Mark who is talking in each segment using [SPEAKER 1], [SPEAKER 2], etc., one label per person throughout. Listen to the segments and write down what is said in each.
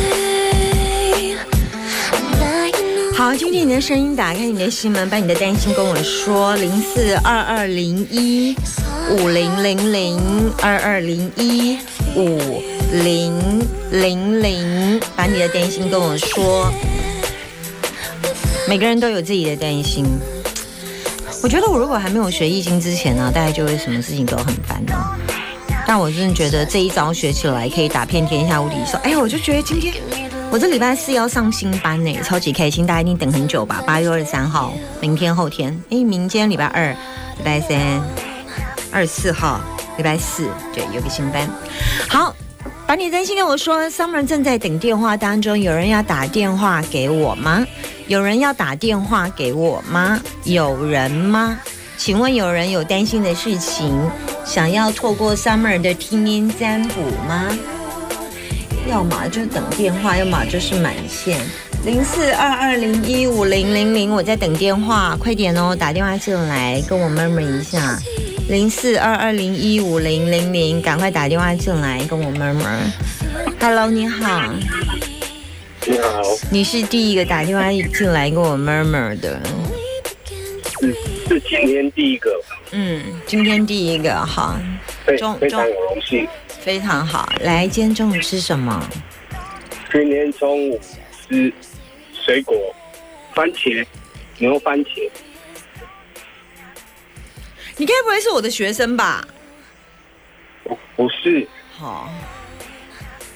[SPEAKER 1] baby. I'm lying on
[SPEAKER 2] 好，听听你的声音，打开你的心门，把你的担心跟我说，零四二二零一五零零零二二零一五零零零，把你的担心跟我说。每个人都有自己的担心。我觉得我如果还没有学易经之前呢、大概就会什么事情都很烦恼。但我真的觉得这一招学起来，可以打遍天下无敌手。哎呀，我就觉得今天我这礼拜四要上新班呢，超级开心，大家一定等很久吧？八月二十三号，明天后天，哎，明天礼拜二、礼拜三、二十四号、礼拜四，对，有个新班。好，把你的担心跟我说，Summer 正在等电话当中，有人要打电话给我吗？有人要打电话给我吗？有人吗？请问有人有担心的事情，想要透过 Summer 的听音占卜吗？要么就等电话，要么就是满线。零四二二零一五零零零，我在等电话，快点哦，打电话进来跟我妹妹一下。零四二二零一五零零零，赶快打电话进来跟我妹妹。Hello，你好，
[SPEAKER 3] 你好，
[SPEAKER 2] 你是第一个打电话进来跟我妹妹的。
[SPEAKER 3] 是是今天第一个，
[SPEAKER 2] 嗯，今天第一个哈，
[SPEAKER 3] 非
[SPEAKER 2] 中
[SPEAKER 3] 非常
[SPEAKER 2] 中
[SPEAKER 3] 有荣幸。
[SPEAKER 2] 非常好。来，今天中午吃什么？
[SPEAKER 3] 今天中午吃水果，番茄，牛番茄，
[SPEAKER 2] 你该不会是我的学生吧？
[SPEAKER 3] 不不是，
[SPEAKER 2] 好，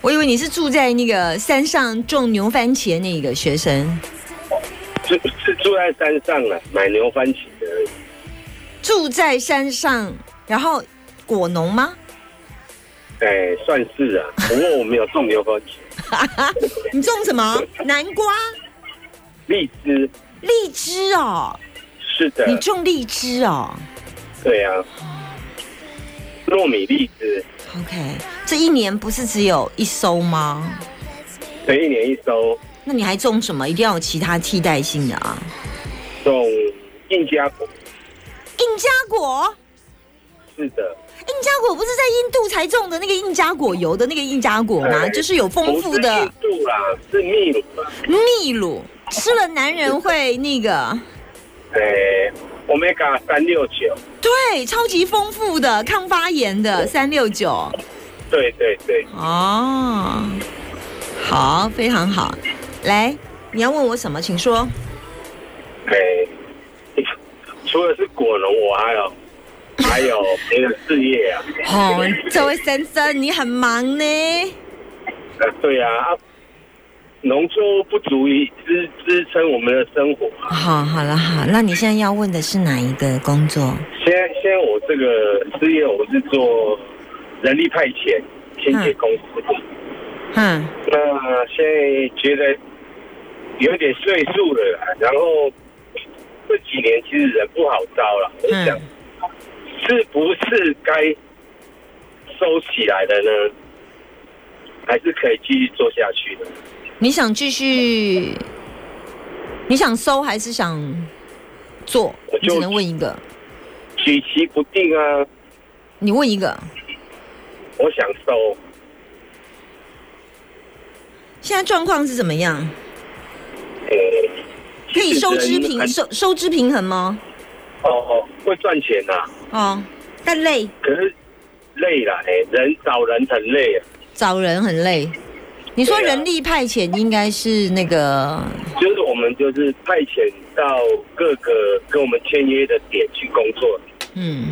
[SPEAKER 2] 我以为你是住在那个山上种牛番茄那个学生，
[SPEAKER 3] 是是住在山上了，买牛番茄的而已。
[SPEAKER 2] 住在山上，然后果农吗？
[SPEAKER 3] 哎，算 是啊，不过我没有种牛番茄，
[SPEAKER 2] 你种什么？南瓜、
[SPEAKER 3] 荔枝
[SPEAKER 2] 荔枝哦，
[SPEAKER 3] 是的
[SPEAKER 2] 你，种荔枝哦。
[SPEAKER 3] 对啊，糯米荔枝，
[SPEAKER 2] OK，这一年不是只有一收吗？
[SPEAKER 3] 这一年一收，
[SPEAKER 2] 那你还种什么？一定要有其他替代性的啊。
[SPEAKER 3] 种印加果，
[SPEAKER 2] 印加果，
[SPEAKER 3] 是的，
[SPEAKER 2] 印加果不是在印度才种的那个印加果油的那个印加果吗？
[SPEAKER 3] 哎
[SPEAKER 2] 就是有丰富的
[SPEAKER 3] 不是印度啦，是秘鲁啦。
[SPEAKER 2] 秘鲁，吃了男人会那个，
[SPEAKER 3] 诶，omega 三六九，
[SPEAKER 2] 对，超级丰富的抗发炎的三六九
[SPEAKER 3] 对对对，
[SPEAKER 2] 哦，好，非常好。来，你要问我什么？请说。
[SPEAKER 3] 诶，哎 除了是果农，我还有还有别的事业啊。
[SPEAKER 2] 哦，这位先生，你很忙呢。
[SPEAKER 3] 呃对啊，啊农作物不足以支支撑我们的生活啊。
[SPEAKER 2] 好，好了，好，那你现在要问的是哪一个工作？
[SPEAKER 3] 现在现在我这个事业，我是做人力派遣清洁公司。
[SPEAKER 2] 嗯，
[SPEAKER 3] 那现在觉得有点岁数了啦，然后这几年其实人不好招了，我
[SPEAKER 2] 嗯
[SPEAKER 3] 想是不是该收起来了呢？还是可以继续做下去的？
[SPEAKER 2] 你想继续？你想收还是想做？
[SPEAKER 3] 我
[SPEAKER 2] 你
[SPEAKER 3] 就
[SPEAKER 2] 只能问一个，
[SPEAKER 3] 举棋不定啊！
[SPEAKER 2] 你问一个。
[SPEAKER 3] 我想收，
[SPEAKER 2] 现在状况是怎么样？
[SPEAKER 3] 呃，
[SPEAKER 2] 可以收支平
[SPEAKER 3] 很
[SPEAKER 2] 收收支平衡吗？
[SPEAKER 3] 哦哦，会赚钱呐、
[SPEAKER 2] 哦，但累，
[SPEAKER 3] 可是累了哎、人找人很累啊，
[SPEAKER 2] 找人很累。你说
[SPEAKER 3] 对啊
[SPEAKER 2] 人力派遣应该是那个
[SPEAKER 3] 就是我们就是派遣到各个跟我们签约的点去工作，
[SPEAKER 2] 嗯，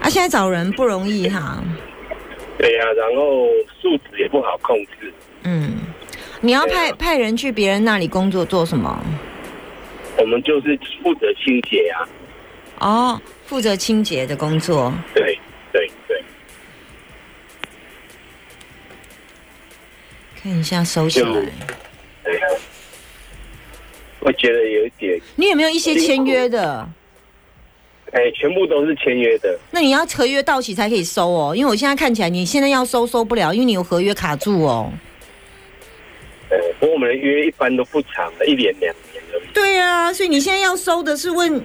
[SPEAKER 2] 啊，现在找人不容易哈、
[SPEAKER 3] 对呀、然后素质也不好控制，
[SPEAKER 2] 嗯，你要派
[SPEAKER 3] 对啊
[SPEAKER 2] 派人去别人那里工作做什么？
[SPEAKER 3] 我们就是负责清洁啊，
[SPEAKER 2] 哦，负责清洁的工作。
[SPEAKER 3] 对对对，
[SPEAKER 2] 看一下收起来
[SPEAKER 3] 就。会觉得有一点，
[SPEAKER 2] 你有没有一些签约的？
[SPEAKER 3] 哎、全部都是签约的，
[SPEAKER 2] 那你要合约到期才可以收哦，因为我现在看起来你现在要收收不了，因为你有合约卡住哦。
[SPEAKER 3] 呃，不过我们的约一般都不长的，一年两年而已。
[SPEAKER 2] 对啊，所以你现在要收的是问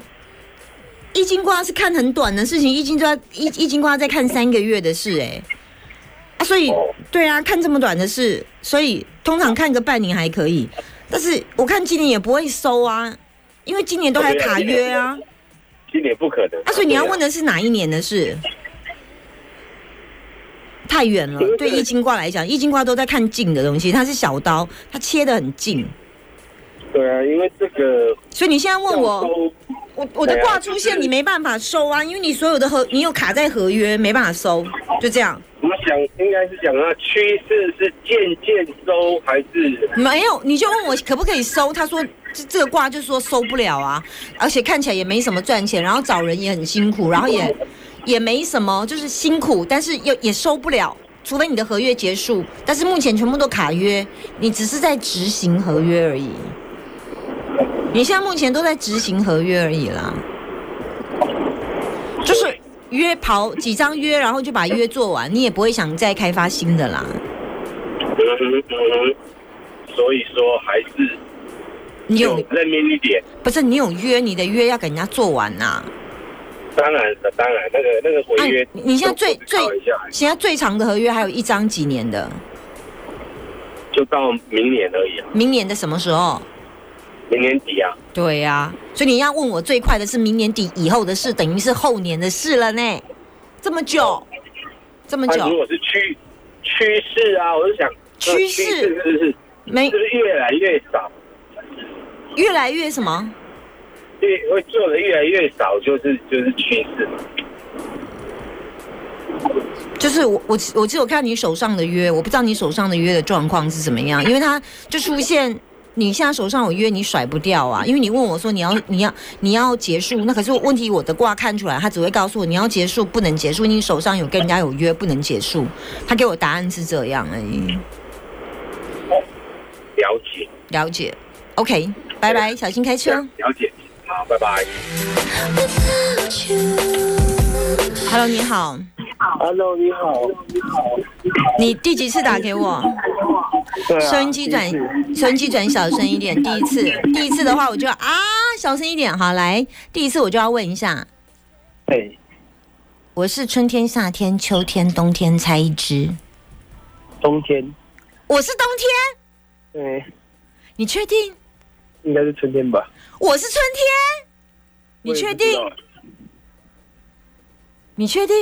[SPEAKER 2] 易经卦是看很短的事情，易经卦易易经卦在看三个月的事哎、啊，所以对啊，看这么短的事，所以通常看个半年还可以，但是我看今年也不会收啊，因为今年都还卡约啊，
[SPEAKER 3] 今年不可能。
[SPEAKER 2] 啊，所以你要问
[SPEAKER 3] 对啊
[SPEAKER 2] 的是哪一年的事？太远了，对易经卦来讲，易经卦都在看近的东西，它是小刀，它切的很近，
[SPEAKER 3] 对啊，因为这个
[SPEAKER 2] 所以你现在问我。
[SPEAKER 3] 我
[SPEAKER 2] 我我的
[SPEAKER 3] 对啊
[SPEAKER 2] 挂
[SPEAKER 3] 就
[SPEAKER 2] 出
[SPEAKER 3] 是
[SPEAKER 2] 现你没办法收啊，因为你所有的合你有卡在合约，没办法收，就这样。
[SPEAKER 3] 我们想应该是想啊，趋势是渐渐收还是
[SPEAKER 2] 没有，你就问我可不可以收，他说这这个挂就说收不了啊，而且看起来也没什么赚钱，然后找人也很辛苦，然后也也没什么，就是辛苦，但是又也收不了，除非你的合约结束，但是目前全部都卡约，你只是在执行合约而已。你现在目前都在执行合约而已啦，就是约跑几张约，然后就把约做完，你也不会想再开发新的啦。
[SPEAKER 3] 嗯嗯，所以说还是
[SPEAKER 2] 你有
[SPEAKER 3] 就认命一点。
[SPEAKER 2] 不是你有约，你的约要给人家做完呐、
[SPEAKER 3] 当然了，当然那个那个
[SPEAKER 2] 啊
[SPEAKER 3] 违约，
[SPEAKER 2] 你你现在最
[SPEAKER 3] 都
[SPEAKER 2] 最
[SPEAKER 3] 考一下
[SPEAKER 2] 现在最长的合约还有一张几年的？
[SPEAKER 3] 就到明年而已啊，
[SPEAKER 2] 明年的什么时候？
[SPEAKER 3] 明年底啊。
[SPEAKER 2] 对呀、所以你要问我最快的是明年底以后的事，等于是后年的事了呢。这么久，这么
[SPEAKER 3] 啊那如
[SPEAKER 2] 久，
[SPEAKER 3] 果是趋趋势啊，我是想那
[SPEAKER 2] 趋势
[SPEAKER 3] 是不是是
[SPEAKER 2] 没
[SPEAKER 3] 不是越来越少，
[SPEAKER 2] 越来越什么？
[SPEAKER 3] 越会做的越来越少，就是就是趋势嘛。
[SPEAKER 2] 就是我我我只有看你手上的约，我不知道你手上的约的状况是怎么样，因为它就出现你现在手上有约，你甩不掉啊，因为你问我说你要你要你要结束，那可是问题我的卦看出来，他只会告诉我你要结束不能结束，你手上有跟人家有约不能结束，他给我答案是这样而已，
[SPEAKER 3] 了解，
[SPEAKER 2] 了解，OK，拜拜，小心开车。
[SPEAKER 3] 了解，好，拜拜。
[SPEAKER 1] Without you.
[SPEAKER 2] Hello，你好，
[SPEAKER 3] Hello，你好。
[SPEAKER 2] 你第几次打给我？
[SPEAKER 3] 对啊
[SPEAKER 2] 收音机转，收音机转小声一点。第一次，第一次的话我就啊小声一点。好，来，第一次我就要问一下，
[SPEAKER 3] 哎，
[SPEAKER 2] 我是春天、夏天、秋天、冬天猜一只，
[SPEAKER 3] 冬天，
[SPEAKER 2] 我是冬天，
[SPEAKER 3] 哎，
[SPEAKER 2] 你确定？
[SPEAKER 3] 应该是春天吧？
[SPEAKER 2] 我是春天，你确定？
[SPEAKER 3] 我也不知道
[SPEAKER 2] 你确定？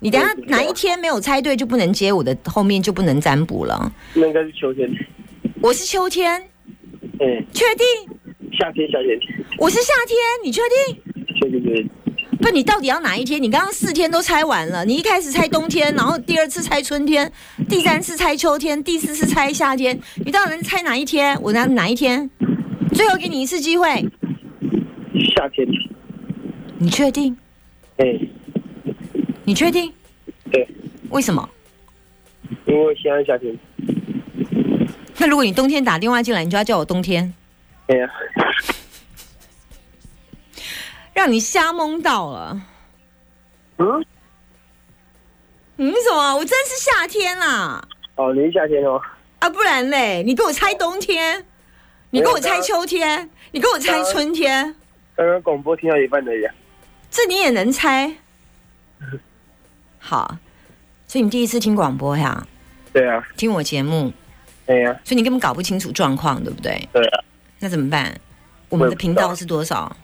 [SPEAKER 2] 你等下
[SPEAKER 3] 我也不知道
[SPEAKER 2] 哪一天没有猜对就不能接我的，后面就不能占卜了。
[SPEAKER 3] 那应该是秋天，
[SPEAKER 2] 我是秋天，
[SPEAKER 3] 嗯，
[SPEAKER 2] 确定？
[SPEAKER 3] 夏天，夏天，
[SPEAKER 2] 我是夏天，你确定？
[SPEAKER 3] 确定对。
[SPEAKER 2] 不，你到底要哪一天？你刚刚四天都猜完了，你一开始猜冬天，然后第二次猜春天，第三次猜秋天，第四次猜夏天，你到底能猜哪一天？我拿哪一天？最后给你一次机会，
[SPEAKER 3] 夏天，
[SPEAKER 2] 你确定？
[SPEAKER 3] 哎，
[SPEAKER 2] 你确定？
[SPEAKER 3] 对，
[SPEAKER 2] 为什么？
[SPEAKER 3] 因为现在夏天，
[SPEAKER 2] 那如果你冬天打电话进来，你就要叫我冬天，
[SPEAKER 3] 哎呀，
[SPEAKER 2] 让你瞎蒙到了。
[SPEAKER 3] 嗯，
[SPEAKER 2] 嗯，什么？我真是夏天啦、啊！
[SPEAKER 3] 哦，你是夏天哦，
[SPEAKER 2] 不然嘞，你给我猜冬天，你给我猜秋天，你给我猜春天，
[SPEAKER 3] 刚刚广播听到一半而已啊。
[SPEAKER 2] 这你也能猜？好，所以你第一次听广播呀，
[SPEAKER 3] 对啊，
[SPEAKER 2] 听我节目，
[SPEAKER 3] 哎呀，
[SPEAKER 2] 所以你根本搞不清楚状况，对不对？
[SPEAKER 3] 对啊，
[SPEAKER 2] 那怎么办？我们的频道是多少？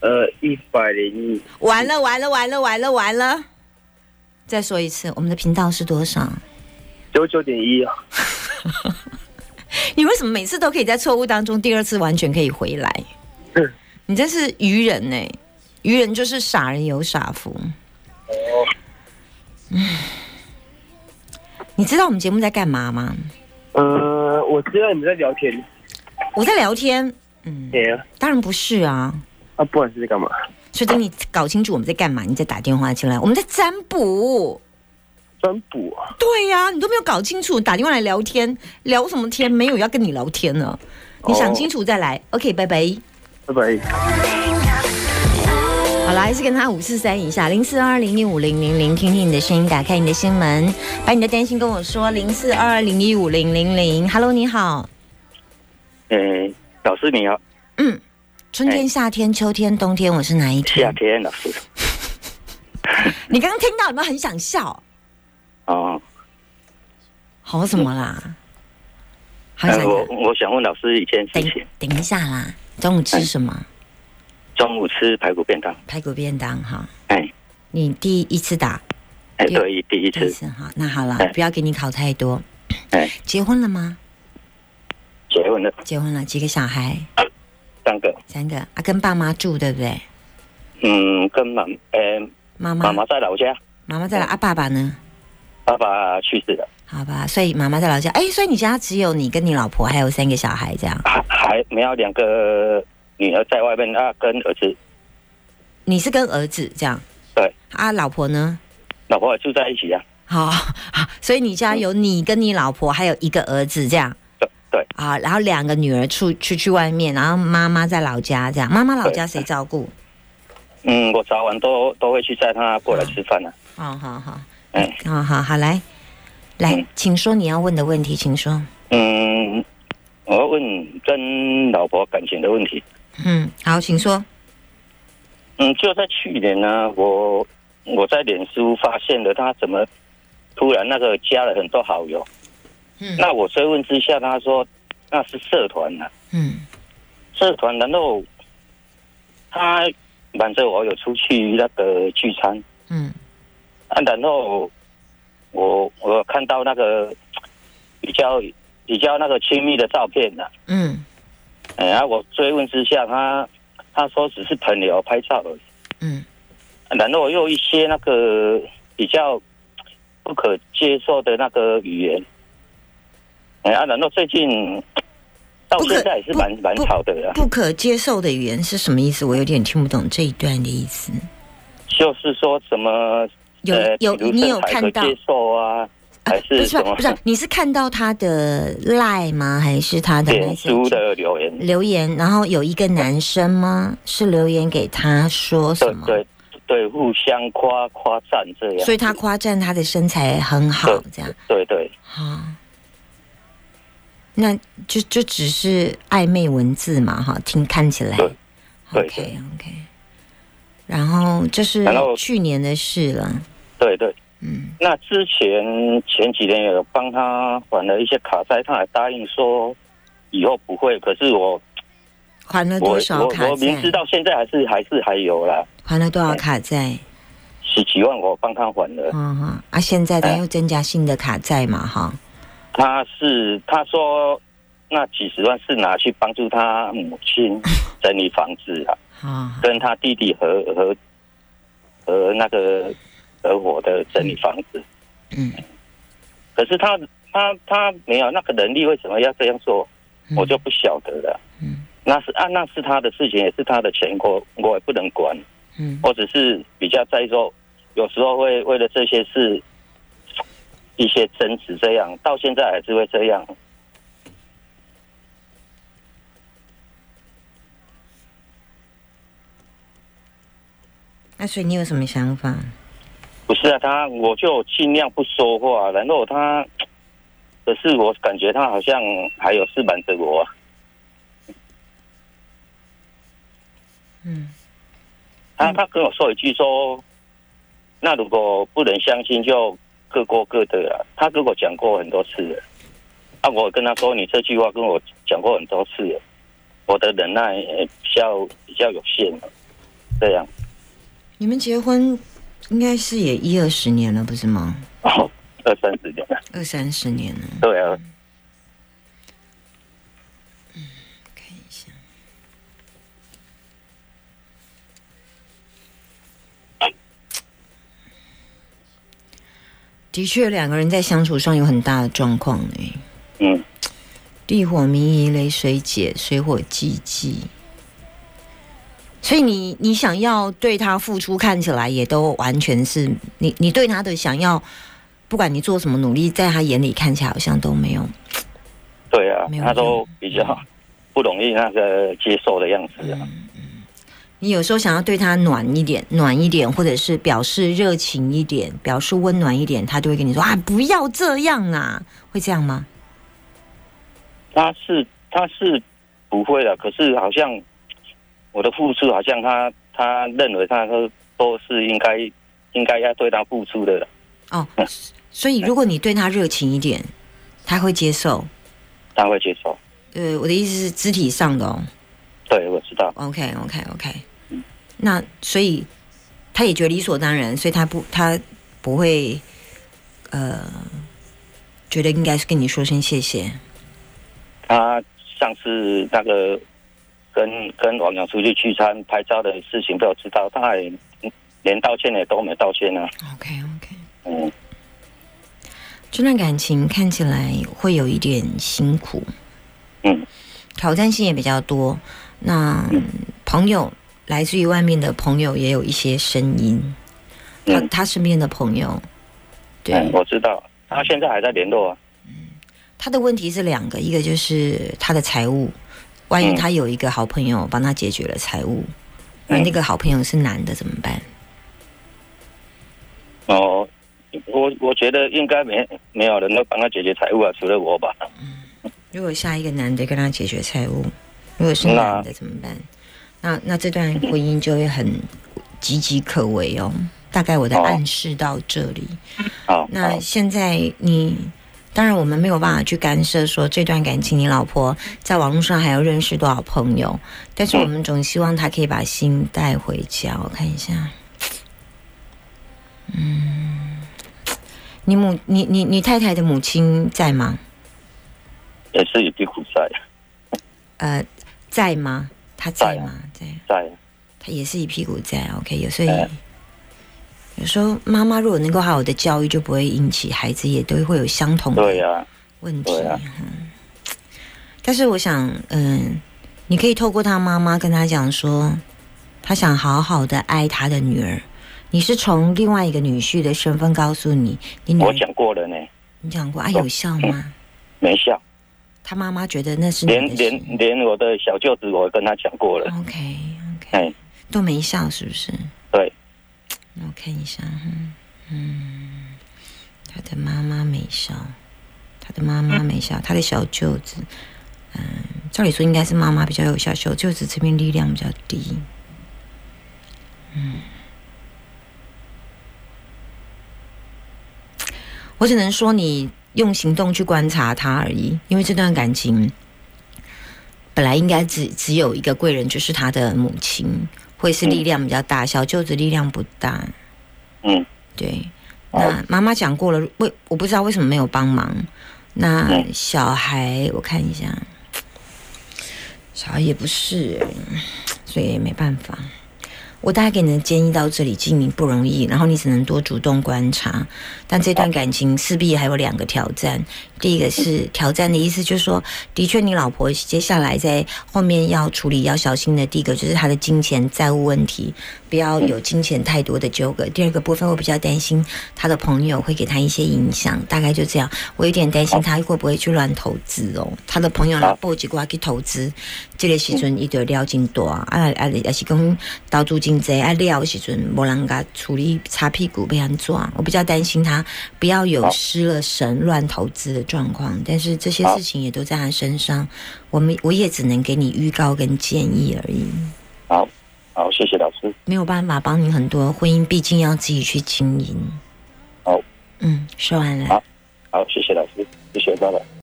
[SPEAKER 3] 呃，一百零一，
[SPEAKER 2] 完了完了完了完了完了！再说一次，我们的频道是多少？
[SPEAKER 3] 九九点一啊。
[SPEAKER 2] 你为什么每次都可以在错误当中第二次完全可以回来？
[SPEAKER 3] 嗯
[SPEAKER 2] 你真是愚人呢、欸愚人就是傻人有傻福。嗯， 你知道我们节目在干嘛吗？
[SPEAKER 3] 呃，我知道你们在聊天，
[SPEAKER 2] 我在聊天。嗯，
[SPEAKER 3] 哎呀，
[SPEAKER 2] 当然不是啊。
[SPEAKER 3] 啊，不管是在干嘛，
[SPEAKER 2] 所以等你搞清楚我们在干嘛，你再打电话进来，我们在占卜。
[SPEAKER 3] 占卜啊？
[SPEAKER 2] 对呀、你都没有搞清楚，打电话来聊天，聊什么天？没有要跟你聊天呢，你想
[SPEAKER 3] 哦
[SPEAKER 2] 清楚再来。OK，拜拜。
[SPEAKER 3] 拜拜。
[SPEAKER 2] 好啦，还是跟他五四三一下，零四二零一五零零零，听听你的声音，打开你的心门，把你的担心跟我说，零四二零一五零零零。Hello，你好，
[SPEAKER 4] 诶，老哎师你好，
[SPEAKER 2] 嗯，春天、
[SPEAKER 4] 哎
[SPEAKER 2] 夏天、秋天、冬天，我是哪一
[SPEAKER 4] 夏
[SPEAKER 3] 啊
[SPEAKER 2] 天？
[SPEAKER 4] 天老师
[SPEAKER 2] 你刚刚听到有没有很想笑？
[SPEAKER 4] 哦，
[SPEAKER 2] 好什么啦？好想
[SPEAKER 4] 呃我我想问老师一件事
[SPEAKER 2] 等
[SPEAKER 4] 情，
[SPEAKER 2] 等一下啦，中午吃什么？
[SPEAKER 4] 中午吃排骨便当，
[SPEAKER 2] 排骨便当哈。
[SPEAKER 4] 哎
[SPEAKER 2] 你第一次打，
[SPEAKER 4] 哎，
[SPEAKER 2] 有
[SPEAKER 4] 对，第一
[SPEAKER 2] 第一
[SPEAKER 4] 次，
[SPEAKER 2] 次哈。那好了
[SPEAKER 4] 哎，
[SPEAKER 2] 不要给你考太多。
[SPEAKER 4] 哎，
[SPEAKER 2] 结婚了吗？
[SPEAKER 4] 结婚了
[SPEAKER 2] 结婚了，几个小孩？
[SPEAKER 4] 三个，
[SPEAKER 2] 三个啊，跟爸妈住对不对？
[SPEAKER 4] 嗯，跟妈，诶，
[SPEAKER 2] 妈妈
[SPEAKER 4] 妈嗯妈在老家，
[SPEAKER 2] 妈妈在了啊，爸爸呢？
[SPEAKER 4] 爸爸去世了，
[SPEAKER 2] 好吧，所以妈妈在老家。哎，所以你家只有你跟你老婆还有三个小孩这样。
[SPEAKER 4] 还还没有两个女儿在外面啊，跟儿子，
[SPEAKER 2] 你是跟儿子这样？
[SPEAKER 4] 对。
[SPEAKER 2] 啊，老婆呢？
[SPEAKER 4] 老婆住在一起啊，
[SPEAKER 2] 好， 好所以你家
[SPEAKER 4] 嗯
[SPEAKER 2] 有你跟你老婆还有一个儿子这样。
[SPEAKER 4] 对对，
[SPEAKER 2] 啊，然后两个女儿出出去外面，然后妈妈在老家这样。妈妈老家谁照顾？
[SPEAKER 4] 嗯，我早晚都都会去载他过来吃饭啊，
[SPEAKER 2] 好哦好好，
[SPEAKER 4] 哎，
[SPEAKER 2] 好好好，来来
[SPEAKER 4] 嗯，
[SPEAKER 2] 请说你要问的问题，请说。
[SPEAKER 4] 嗯，我要问跟老婆感情的问题。
[SPEAKER 2] 嗯，好，请说。
[SPEAKER 4] 嗯，就在去年呢，我我在脸书发现了他怎么突然那个加了很多好友。
[SPEAKER 2] 嗯
[SPEAKER 4] 那我追问之下，他说那是社团呢、啊，
[SPEAKER 2] 嗯
[SPEAKER 4] 社团。然后他瞒着我有出去那个聚餐
[SPEAKER 2] 嗯
[SPEAKER 4] 啊，然后我我看到那个比较比较那个亲密的照片呢、啊，
[SPEAKER 2] 嗯
[SPEAKER 4] 哎，啊，我追问之下，他他说只是朋友拍照而已。啊
[SPEAKER 2] 嗯
[SPEAKER 4] 然后又一些那个比较不可接受的那个语言，哎啊，然后最近到
[SPEAKER 2] 不可
[SPEAKER 4] 现在也是蛮
[SPEAKER 2] 不
[SPEAKER 4] 蛮
[SPEAKER 2] 不
[SPEAKER 4] 吵的啊啦，
[SPEAKER 2] 不可接受的语言是什么意思？我有点听不懂这一段的意思。
[SPEAKER 4] 就是说什么
[SPEAKER 2] 有
[SPEAKER 4] 呃
[SPEAKER 2] 有
[SPEAKER 4] 比如
[SPEAKER 2] 你有
[SPEAKER 4] 身材
[SPEAKER 2] 看
[SPEAKER 4] 可
[SPEAKER 2] 到
[SPEAKER 4] 接受啊，
[SPEAKER 2] 啊
[SPEAKER 4] 还
[SPEAKER 2] 不
[SPEAKER 4] 是
[SPEAKER 2] 是
[SPEAKER 4] 什
[SPEAKER 2] 吧
[SPEAKER 4] 么
[SPEAKER 2] 不是吧，你是看到他的赖吗？还是他的
[SPEAKER 4] 脸书
[SPEAKER 2] message？
[SPEAKER 4] 的留言，
[SPEAKER 2] 留言，然后有一个男生吗？是留言给他说什
[SPEAKER 4] 对
[SPEAKER 2] 么？
[SPEAKER 4] 对对，互相夸夸赞这样，
[SPEAKER 2] 所以他夸赞他的身材很好
[SPEAKER 4] 对，
[SPEAKER 2] 这样
[SPEAKER 4] 对对
[SPEAKER 2] 好。那就就只是暧昧文字嘛，哈，听看起来。
[SPEAKER 4] 对对
[SPEAKER 2] OK OK。然后这是
[SPEAKER 4] 然后
[SPEAKER 2] 去年的事了，
[SPEAKER 4] 对对。
[SPEAKER 2] 嗯
[SPEAKER 4] 那之前前几年有帮他还了一些卡债，他还答应说以后不会，可是我
[SPEAKER 2] 还了
[SPEAKER 4] 我
[SPEAKER 2] 多少
[SPEAKER 4] 我
[SPEAKER 2] 卡债？
[SPEAKER 4] 我明知道现在还是还是还有啦，
[SPEAKER 2] 还了多少卡债？
[SPEAKER 4] 十几万我帮他还了。
[SPEAKER 2] 嗯哼，啊，现在他
[SPEAKER 4] 哎
[SPEAKER 2] 又增加新的卡债嘛，哈，
[SPEAKER 4] 他是他说那几十万是拿去帮助他母 亲整理房子啊，
[SPEAKER 2] 好，
[SPEAKER 4] 跟他弟弟合合和那个合伙的整理房子。
[SPEAKER 2] 嗯，
[SPEAKER 4] 可是他他他没有那个能力，为什么要这样做？
[SPEAKER 2] 嗯
[SPEAKER 4] 我就不晓得了。
[SPEAKER 2] 嗯
[SPEAKER 4] 那是啊，那是他的事情，也是他的钱，我我也不能管。
[SPEAKER 2] 嗯
[SPEAKER 4] 我只是比较在意说，有时候会为了这些事一些争执，这样到现在还是会这样。
[SPEAKER 2] 那所以你有什么想法？
[SPEAKER 4] 不是啊，他我就尽量不说话，然后他，可是我感觉他好像还有事瞒着我、啊。
[SPEAKER 2] 嗯
[SPEAKER 4] 他他跟我说一句说，那如果不能相信就各过各的啊。他跟我讲过很多次了，啊，我跟他说你这句话跟我讲过很多次了，我的忍耐呃比较比较有限了，这样。
[SPEAKER 2] 你们结婚应该是也一二十年了，不是吗？
[SPEAKER 4] 哦，二三十年了，
[SPEAKER 2] 二三十年了，
[SPEAKER 4] 对啊，
[SPEAKER 2] 看一下。的确，两个人在相处上有很大的状况呢、
[SPEAKER 4] 嗯，
[SPEAKER 2] 地火迷疑，雷水解，水火既济。所以你你想要对他付出，看起来也都完全是你你对他的想要不管你做什么努力，在他眼里看起来好像都没有。
[SPEAKER 4] 对啊
[SPEAKER 2] 没，有嗯
[SPEAKER 4] 他都比较不容易那个接受的样子啊。
[SPEAKER 2] 你有时候想要对他暖一点，暖一点，或者是表示热情一点，表示温暖一点，他就会跟你说啊，不要这样啊，会这样吗？
[SPEAKER 4] 他是他是不会的，可是好像我的付出，好像他他认为他都都是应该应该要对他付出的啦。
[SPEAKER 2] 哦，所以如果你对他热情一点，他会接受。
[SPEAKER 4] 他会接受。
[SPEAKER 2] 呃，我的意思是肢体上的哦。
[SPEAKER 4] 对，我知道，
[SPEAKER 2] OK OK OK，那所以他也觉得理所当然，所以他不他不会呃觉得应该是跟你说声谢谢。
[SPEAKER 4] 他上次那个跟跟网友出去聚餐拍照的事情被我知道，他也连道歉也都没道歉啊。
[SPEAKER 2] OK OK，
[SPEAKER 4] 嗯，
[SPEAKER 2] 这段感情看起来会有一点辛苦，
[SPEAKER 4] 嗯，
[SPEAKER 2] 挑战性也比较多。那朋友来自于外面的朋友也有一些声音，他
[SPEAKER 4] 嗯
[SPEAKER 2] 他身边的朋友，对，
[SPEAKER 4] 嗯，我知道，他现在还在联络啊。
[SPEAKER 2] 他的问题是两个，一个就是他的财务，万一
[SPEAKER 4] 嗯
[SPEAKER 2] 他有一个好朋友帮他解决了财务，而
[SPEAKER 4] 嗯
[SPEAKER 2] 那个好朋友是男的怎么办？
[SPEAKER 4] 哦，我我觉得应该没没有人会帮他解决财务啊，除了我吧。
[SPEAKER 2] 如果下一个男的跟他解决财务，如果是男的怎么办？那那这段婚姻就会很岌岌可危哦。大概我的
[SPEAKER 4] 哦
[SPEAKER 2] 暗示到这里。
[SPEAKER 4] 好，
[SPEAKER 2] 那
[SPEAKER 4] 好
[SPEAKER 2] 现在你，当然我们没有办法去干涉说这段感情，你老婆在网络上还要认识多少朋友，但是我们总希望她可以把心带回家。我看一下，嗯，你母，你你你太太的母亲在吗？
[SPEAKER 4] 也是一笔苦塞，
[SPEAKER 2] 呃，在吗？她在
[SPEAKER 4] 在啊
[SPEAKER 2] 吗？在，
[SPEAKER 4] 在
[SPEAKER 2] 她也是一屁股在。OK，有所以。
[SPEAKER 4] 哎
[SPEAKER 2] 有时候，妈妈如果能够好好的教育，就不会引起孩子也都会有相同的
[SPEAKER 4] 对呀、
[SPEAKER 2] 问题。
[SPEAKER 4] 对啊
[SPEAKER 2] 嗯但是我想，嗯，你可以透过他妈妈跟他讲说，他想好好的爱他的女儿。你是从另外一个女婿的身份告诉你，你女儿
[SPEAKER 4] 我讲过了呢，
[SPEAKER 2] 你讲过啊，有效 吗？
[SPEAKER 4] 没效，
[SPEAKER 2] 他妈妈觉得那是你
[SPEAKER 4] 连
[SPEAKER 2] 的事
[SPEAKER 4] 连连我的小舅子我跟他讲过了，
[SPEAKER 2] OK OK，
[SPEAKER 4] 哎，
[SPEAKER 2] 都没效是不是？
[SPEAKER 4] 对，
[SPEAKER 2] 我看一下，嗯，嗯他的妈妈没笑，他的妈妈没笑，他的小舅子，嗯，照理说应该是妈妈比较有效，小舅子这边力量比较低。嗯，我只能说你用行动去观察他而已，因为这段感情本来应该只只有一个贵人，就是他的母亲，会是力量比较大，小舅子力量不大。
[SPEAKER 4] 嗯，
[SPEAKER 2] 对，
[SPEAKER 4] 哦
[SPEAKER 2] 那妈妈讲过了，为我不知道为什么没有帮忙。那
[SPEAKER 4] 嗯
[SPEAKER 2] 小孩，我看一下，小孩也不是，所以也没办法。我大概给你的建议到这里，经营不容易，然后你只能多主动观察。但这
[SPEAKER 4] 哦
[SPEAKER 2] 段感情势必还有两个挑战，第一个是挑战的意思，就是说，的确你老婆接下来在后面要处理要小心的，第一个就是她的金钱债务问题，不要有金钱太多的纠葛。第二个部分，我比较担心她的朋友会给她一些影响，大概就这样。我有点担心她会不会去乱投资哦，她的朋友来
[SPEAKER 4] 好
[SPEAKER 2] 报几挂去投资，这个时阵伊就了真大啊啊，也是讲投资真济啊了的时阵无人甲处理擦屁股被安怎？我比较担心她不要有
[SPEAKER 4] 好
[SPEAKER 2] 失了神乱投资的状况，但是这些
[SPEAKER 4] 好
[SPEAKER 2] 事情也都在她身上，我们我也只能给你预告跟建议而已。
[SPEAKER 4] 好，好，谢谢老师，
[SPEAKER 2] 没有办法帮你很多，婚姻毕竟要自己去经营。
[SPEAKER 4] 好，
[SPEAKER 2] 嗯，说完了。
[SPEAKER 4] 好好，谢谢老师，谢谢，拜拜。